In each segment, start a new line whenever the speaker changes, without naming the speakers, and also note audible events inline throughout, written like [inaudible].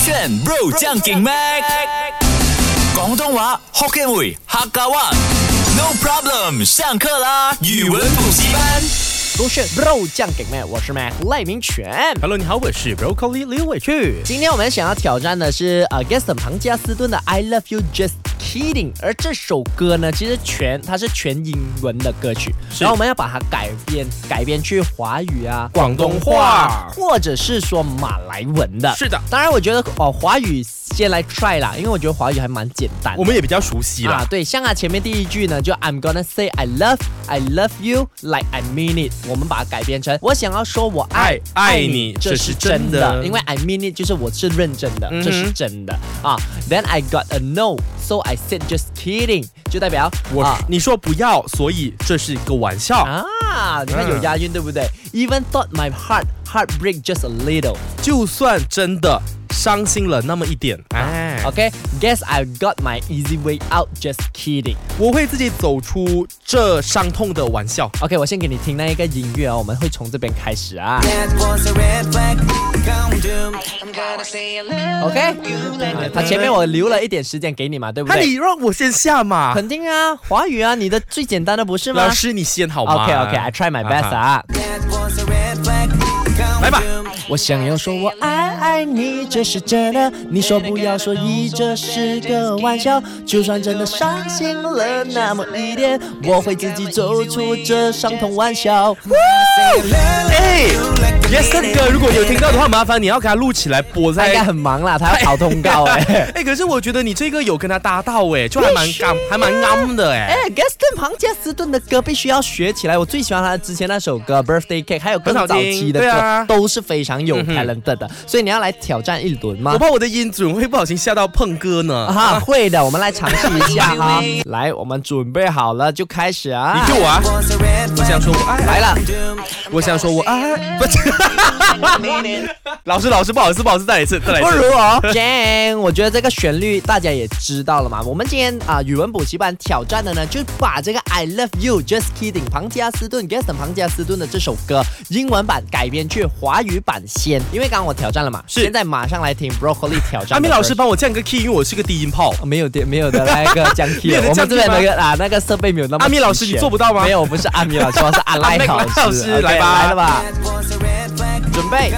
炫 bro 将劲 mac，广东话 Hokkien 语客家话。No problem，上课啦！语文补习班。
都是肉酱给妹，我是 Mac 赖明全。
Hello，你好，我是 Broccoli 刘伟去。
今天我们想要挑战的是呃 Gaston 庞加斯顿的 I Love You Just Kidding，而这首歌呢，其实全它是全英文的歌曲，然后我们要把它改编改编去华语啊、
广东话
或者是说马来文的。
是的
当然我觉得哦华语先来 try 啦，因为我觉得华语还蛮简单的。
我们也比较熟悉啦
啊，，对，像它前面第一句呢，就 I'm gonna say I love I love you like I mean it，我们把它改编成我想要说我爱
爱爱你这是真的
因为 I mean it 就是我是认真的，
嗯哼
这是真的啊。Then I got a no，so I said just kidding，就代表
我、
啊
你说不要，所以这是一个玩笑。
啊，你看有押韵对不对？Even thought my heart heartbreak just a little。
就算真的伤心了那么一点，哎、
OK，guess、I got my easy way out. Just kidding.
我会自己走出这伤痛的玩笑。
OK，我先给你听那一个音乐哦，我们会从这边开始啊。
That was a red flag. Come to I'm gonna say I love
OK，
you like a
他前面我留了一点时间给你嘛，对不
那
对？
你让我先下嘛，
肯定啊，华语啊，你的最简单的不是吗
老师你先好吗
？OK OK，I try my best uh
啊
啊。
That was a red flag. Come
来吧
to
我想要说我爱爱你，这是真的。你说不要说一，这是个玩笑。就算真的伤心了那么一点，我会自己走出这伤痛玩笑。
哎
like a
，Yes 哥，如果有听到的话，麻烦你要给他录起来播
他应该
在。
很忙啦，他要跑通告哎、
[laughs] 哎，可是我觉得你这个有跟他搭到哎，就还蛮刚，还蛮啱的哎。
哎，Gaston 庞加斯顿的歌必须要学起来。我最喜欢他之前那首歌《Birthday Cake》，还有更
很好
早
听
期的
对
歌，
啊
都是非常有
嗯哼
talented 的。所以你要来挑战一轮吗
我？怕我的音准会不小心吓到碰哥呢。
啊，会的，我们来尝试一下
[laughs]
哈。来，我们准备好了就开始
你
啊！
救我啊！
was a red
我
flag.
想说我爱，
来了，
哎我想说哎我爱，不是，老师老师不好意思不好意啊思，再来一次再来一
不
次。
如哦 j 我觉得这个旋律大家也知道了嘛。我们今天啊、语文补习班挑战的呢，就把这个 I Love You Just Kidding 庞加斯顿 Gaston 庞加斯顿的这首歌英文版改编去华语版先，因为刚刚我挑战了嘛，
是
现在马上来听 Broccoli 挑战。
阿明老师。帮我降个 key，因为我是个低音炮。
哦没有的，没有的那
[laughs]
个降 key，
没有的
我
降
们这
key
边那个啊那个设备没有那么齐全。
阿咪老师你做不到吗
没有，我不是阿米
[laughs]
老师，我是阿
阿
赖
麦
老师。
老师
OK，
来吧
来了吧，
That was a red flag.
准备。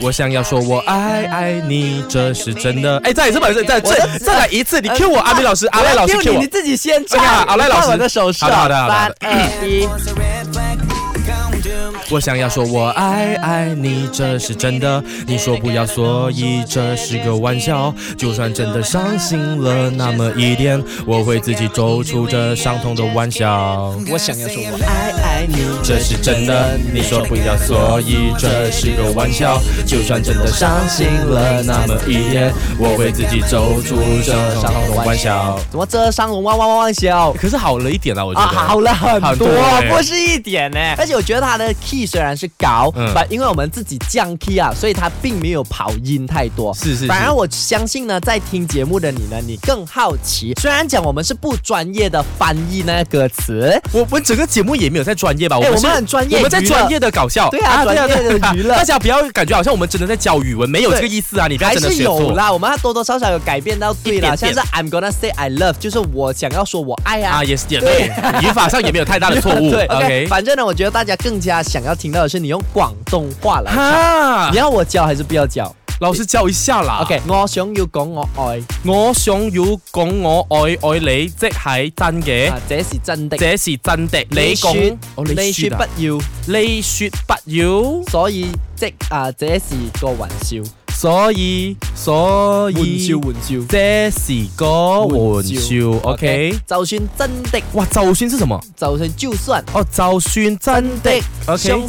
我想要说我爱爱你，这是真的。哎，再来一次，再来一次再
我
再再来一次，你 Q 我阿明老师，阿
我
赖
要
老师
cue
Q
你
我
你。自己先唱
OK，好阿赖老
你
师
看我的手势哦。
好的好的好的
三二一。
Was a red flag. Come to
我想要说我爱爱你，这是真的。你说不要，所以这是个玩笑。就算真的伤心了那么一点，我会自己走出这伤痛的玩笑。
我想要说，我爱爱你，
这是真的，你说不要，所以这是个玩笑。就算真的伤心了那么一点，我会自己走出这伤痛的玩笑。
怎么这伤容万万万万笑？
可是好了一点了，我觉
啊，
得。
好了很
很
多
多，欸
不是一点呢。而且我觉得它的 key 虽然是高，
嗯
但因为我们自己降 key 啊，所以它并没有跑音太多。
是是是
反而我相信呢，在听节目的你呢，你更好奇。虽然讲我们是不专业的翻译那个歌词，
我们整个节目也没有在专业吧？
哎
是
我们很专业
我们在专业的搞笑。
对啊专业的娱乐
大家不要感觉好像我们真的在教语文，没有
对
这个意思啊！你不要
还
真的
是
学
有
错。
啦，我们要多多少少有改变到对啦。
一点点
像是 I'm gonna say I love，就是我想要说我爱啊
啊，。也是也对，语法上也没有太大的
[laughs]
错误。
对
OK。
反正呢，我觉得大家更加想要听到的是你用广东话来唱。
哈
你，要我教还是不要教
老师教一下啦。
？OK，我想要讲我愛，
我想要講我愛愛你，即係真嘅
啊，，這是真的。
這是真的。你
說
講，哦
你說
啊
不要，
你說不要，
所以即啊，這是個玩笑，
所以所
玩笑
以，
玩笑。
這是個玩笑。OK，
就算真的，
哇，就算是什麼？
就算就算
哦，就算真的
的，傷
，OK，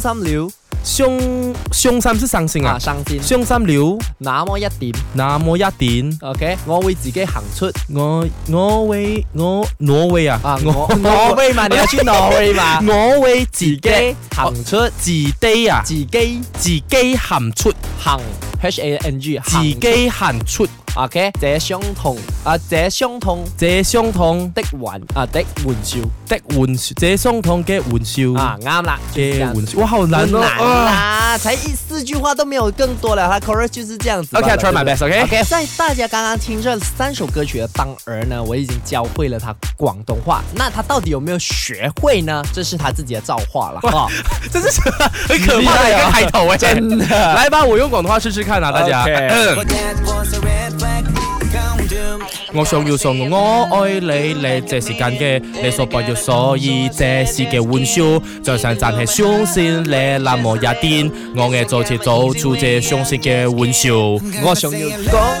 心了
傷傷心是傷心
啊，
啊，
傷心
傷心了，
那麼一點
那麼一點，
，OK，我會自己行出
我我會我挪威啊，，
啊，我挪威嘛，你要去挪威嘛
[laughs] 我會
自
自己
己行出
自己啊。
自己
自己含出
行 H A N G
自己行出
OK，這相同啊，這相同
這相同
的玩啊的玩笑
的玩笑，這相同嘅玩
啊
笑，
啱啦，就是
嘅
這樣子
嗯玩笑，哇，好難
很
哦！
难
啊
啦，才一四句话都没有更多了，它 chorus 就是这样子吧。
Okay, I try my
对不对
best, okay?
OK，在大家刚刚听这三首歌曲的当儿呢，我已经教会了他广东话，那他到底有没有学会呢？这是他自己的造化了哈。
这是很可怕的一个开头哎，真的。来吧，我用广东话试试看啊，大家。
But that was a red flag. Come do.
我想要送我愛你，你這時間嘅你所不要，所以這是嘅玩笑，就算暫係相信你那麼一點，我嘅做次做出這相信嘅玩笑，我想要。
講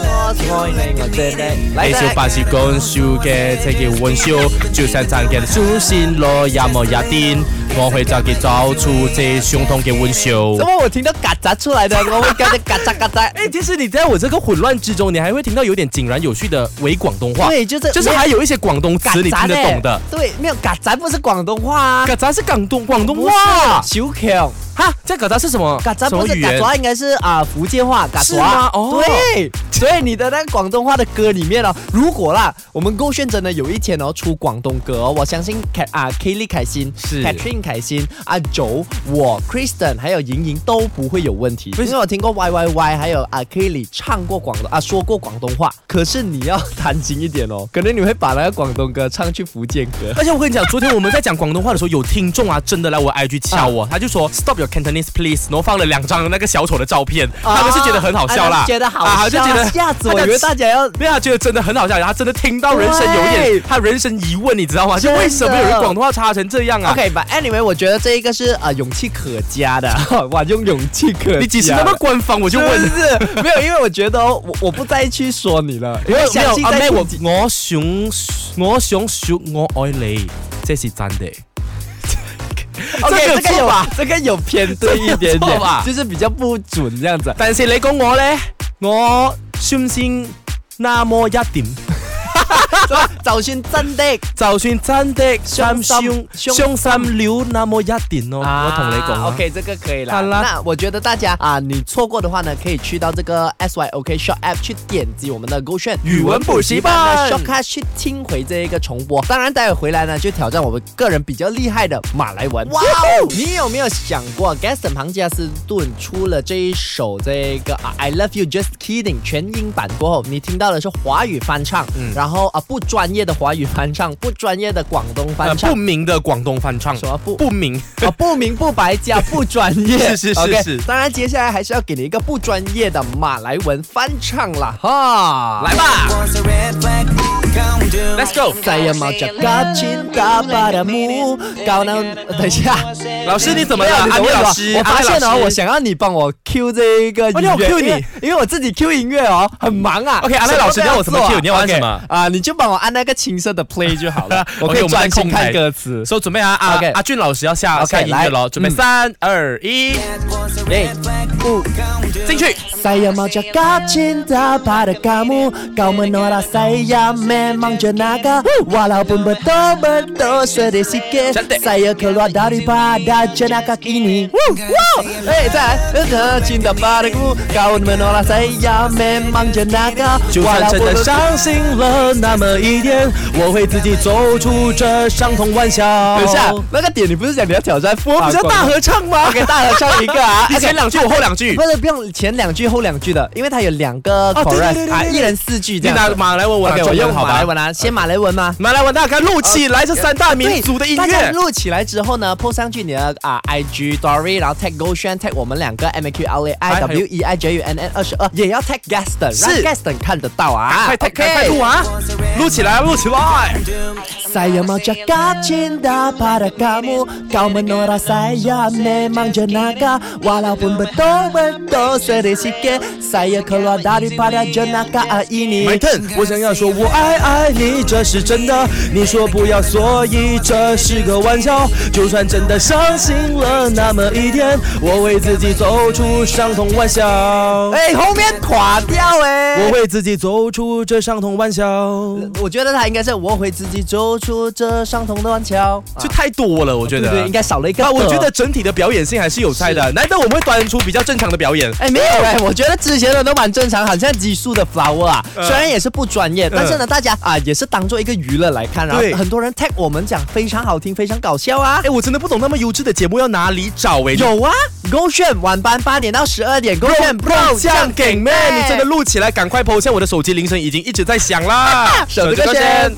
我愛你，我真你，
你
來
小
來
巴士講笑嘅，這叫玩笑，就算暫嘅相信你也冇一點，我去就結找出這相同嘅玩
怎
笑。
么我听到嘎吱出來的？我会跟着嘎吱嘎 [laughs] 吱。
哎，其實你在我這個混亂之中，你還會聽到有點井然有序的伪廣東話，
对，就是
就是還有一些廣東
嘎
詞你聽
雜
得
嘞
懂的。
对，没有嘎吱不是广东话啊。
嘎杂是广东广东
不是
话
小强。
哈，这嘎杂是什么？
嘎杂
什
不
么
是
语
嘎
言？
杂，应该是啊、福建话嘎
是
杂
吗。哦
对， [laughs] 所以你的那个广东话的歌里面哦，如果啦，我们勾炫真的有一天哦出广东歌哦，我相信凯啊 Kelly 凯欣
是
Catherine 凯欣啊 Joe 我 Kristen 还有莹莹都不会有问题，因为我听过 Y Y Y 还有啊 Kelly 唱过广东啊说过广东话，可是你要弹琴一点哦，可能你会把那个广东歌唱去福建歌。
而且我跟你讲，昨天我们在讲广东话的时候，有听众啊，真的来我 IG 敲
啊
我，他就说 Stop your Cantonese please，然后放了两张那个小丑的照片，他们是觉得很好笑
啊他
啦，
们觉得好笑啊，
啊就觉得
吓死我，
他
以
的
为大家要
没有，他觉得真的很好笑，然后他真的听到人生有
对
点，他人生疑问，你知道吗？就
真的
为什么有人广东话差成这样啊
OK，but anyway，我觉得这一个是啊、呃勇气可嘉的，
[laughs]
哇，用勇气可嘉。
你几时 [laughs] 那么官方？我就
就
问
问，是没有，因为我觉得哦我我不再去说你了，因
没
为
有没
相
有
信
阿
在
妹，
自
我
己。
我想我想说我愛你，这是真的。
[laughs] OK，这个有
这个有错吧
这个有偏对一
这个有
点
[laughs] 错
点
吧，
就是比较不准这样子。
但是你講我咧，我相信那麼一點，
找寻真的
就算真的傷心
傷心
傷心了那麼一點咯，我同你講啊
OK，这个可以啦。
好啦
那我觉得大家啊，你错过的话呢，可以去到这个 SYOK Shop App 去点击我们的勾选
语文补习班
Shopcast 去听回这一个重播。当然，待会回来呢，就挑战我们个人比较厉害的马来文。哇哦！你有没有想过 Gaston 庞加斯顿出了这一首这个啊 I Love You Just Kidding 全英版过后，你听到的是华语翻唱，
嗯
然后啊不专业的华语翻唱，不专业的广东
呃
翻唱
不。明的廣東翻唱，
什么不
不明？
[laughs] 啊，不明不白加不专业，
[laughs] 是是是
OK，
是
当然，接下来还是要给你一个不专业的马来文翻唱啦，哈，来吧。
Was a red flag. Come do.
Let's go
Saya mau cakap cinta padamu Kau nak 呃等一下
老師你怎麼
没有
了？
你
阿
等我
妹
一会儿
老師，
我发现哦，
阿妹老
我
師
想要你帮我 Q 这个音
哦你
乐，
要 cue
因为因为我自己 Q 音乐哦，很忙啊。
OK，阿赖
什么
老师
都
你要我怎么
做啊
cue？你要玩
OK，
什么，
啊？你就帮我按那个青色的 play 就好了
[laughs]
我可
OK，
以
我们在
专心
控台
看歌词。
所以準備啊，阿
OK
阿俊老師要下
OK，嗯
下音樂咯，
來
準備
嗯
三二一，
Ooh. Come do.
Sing it.
Saya mau cakap cinta pada kamu Kau menolak saya memang jenaka Walaupun betul-betul sedih sikit
Cantik.
Saya keluar daripada jenaka ini Woo, woo. Eh, saya cinta padaku Kau menolak saya memang jenaka
就算真的
Walaupun
伤心了那么一点，我会自己走出这伤痛玩笑。
等一下，那个点你不是讲你要挑战我
不是要大合。
唱吗？OK，大合唱一个啊
[laughs] 你前两句，我后两句
不。是不用前两句后两句的，因为它有两个
哦对对对
chorus 啊，
对对
一人四句这
你
样子。
拿马来文，我拿
OK，
中
我用
文，好
马
吧
来？文啊，先马来文吗？
马来文大家录起来，这三大民族的音
大家
乐。
录起来之后呢，po 上去你的啊 IG story，然后 tag 勾轩 tag 我们两个 M A Q L A
哎还
I
有
W E I J U N N 二十二，也要 tag Gaston，
是
让 Gaston 看得到啊。
快快
OK
快录啊！录起来，录起来！
Saya mau cakap cinta pada kamu Kau menolak saya memang jenaka Walaupun betul-betul sedih sikit Saya keluar daripada jenaka ini
麦腾，我想要说，我爱爱你，这是真的。你说不要，所以这是个玩笑。就算真的伤心了那么一天，我为自己走出伤痛玩笑。
Eh，哎、后面垮掉哎、
我会自己走出这伤痛玩笑。
我觉得他应该是我会自己走出这伤痛的弯桥，啊
就太多了，我觉得。
对对，应该少了一个。
啊，我觉得。整体的表演性还是有在的。难得我们会端出比较正常的表演。
哎，没有哎、我觉得之前的都蛮正常，好像激素的 flower 啊，
嗯
虽然也是不专业，但是呢，大家啊也是当做一个娱乐来看，然后啊
对
很多人 tag 我们讲非常好听，非常搞笑啊
哎，。我真的不懂那么优质的节目要哪里找哎。
有啊，Go 炫晚班八点到十二点，Go 炫 Bro
酱
酱
给
给
妹
妹，，。
你真的录起来，赶快 PO [laughs] 一下！我的手机铃声已经一直在响啦
手机歌声。